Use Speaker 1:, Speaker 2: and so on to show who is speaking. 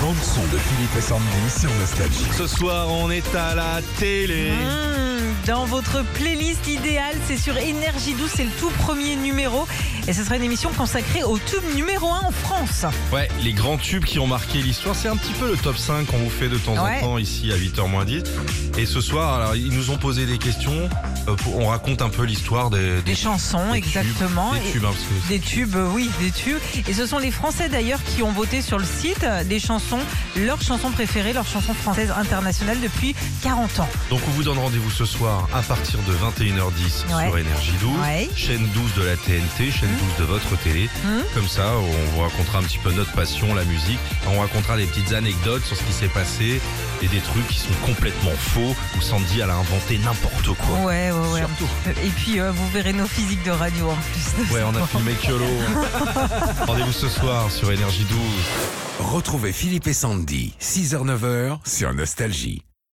Speaker 1: bande-son de Philippe et Sandy sur Nostalgie.
Speaker 2: Ce soir, on est à la télé.
Speaker 3: Mmh, Dans votre playlist idéale, c'est sur Énergie 12, c'est le tout premier numéro. Et ce sera une émission consacrée au tube numéro 1 en France.
Speaker 2: Ouais, les grands tubes qui ont marqué l'histoire, c'est un petit peu le top 5 qu'on vous fait de temps
Speaker 3: Ouais.
Speaker 2: en temps ici à 8h moins 10. Et ce soir, alors, ils nous ont posé des questions. Euh, pour- on raconte un peu l'histoire des,
Speaker 3: Des chansons,
Speaker 2: des tubes,
Speaker 3: exactement.
Speaker 2: des
Speaker 3: Et-
Speaker 2: tubes, hein, parce que-
Speaker 3: Des tubes, euh, oui, des tubes. Et ce sont les Français d'ailleurs qui ont voté sur le site euh, des chansons, leurs chansons préférées, leurs chansons françaises internationales depuis 40 ans.
Speaker 2: Donc on vous donne rendez-vous ce soir à partir de 21h10
Speaker 3: Ouais.
Speaker 2: sur Énergie 12,
Speaker 3: Ouais. Mmh.
Speaker 2: chaîne 12 de la TNT, chaîne 12 de votre télé.
Speaker 3: Mhm.
Speaker 2: Comme ça, on vous racontera un petit peu notre passion, la musique. On racontera des petites anecdotes sur ce qui s'est passé et des trucs qui sont complètement faux où Sandy elle a inventé n'importe quoi.
Speaker 3: Ouais, ouais, ouais.
Speaker 2: Surtout.
Speaker 3: Et puis euh, vous verrez nos physiques de radio en plus. de
Speaker 2: Ouais,
Speaker 3: ça.
Speaker 2: on a filmé Kyolo. rendez-vous ce soir sur Énergie 12.
Speaker 1: Retrouvez Philippe et Sandy, 6h-9h sur Nostalgie.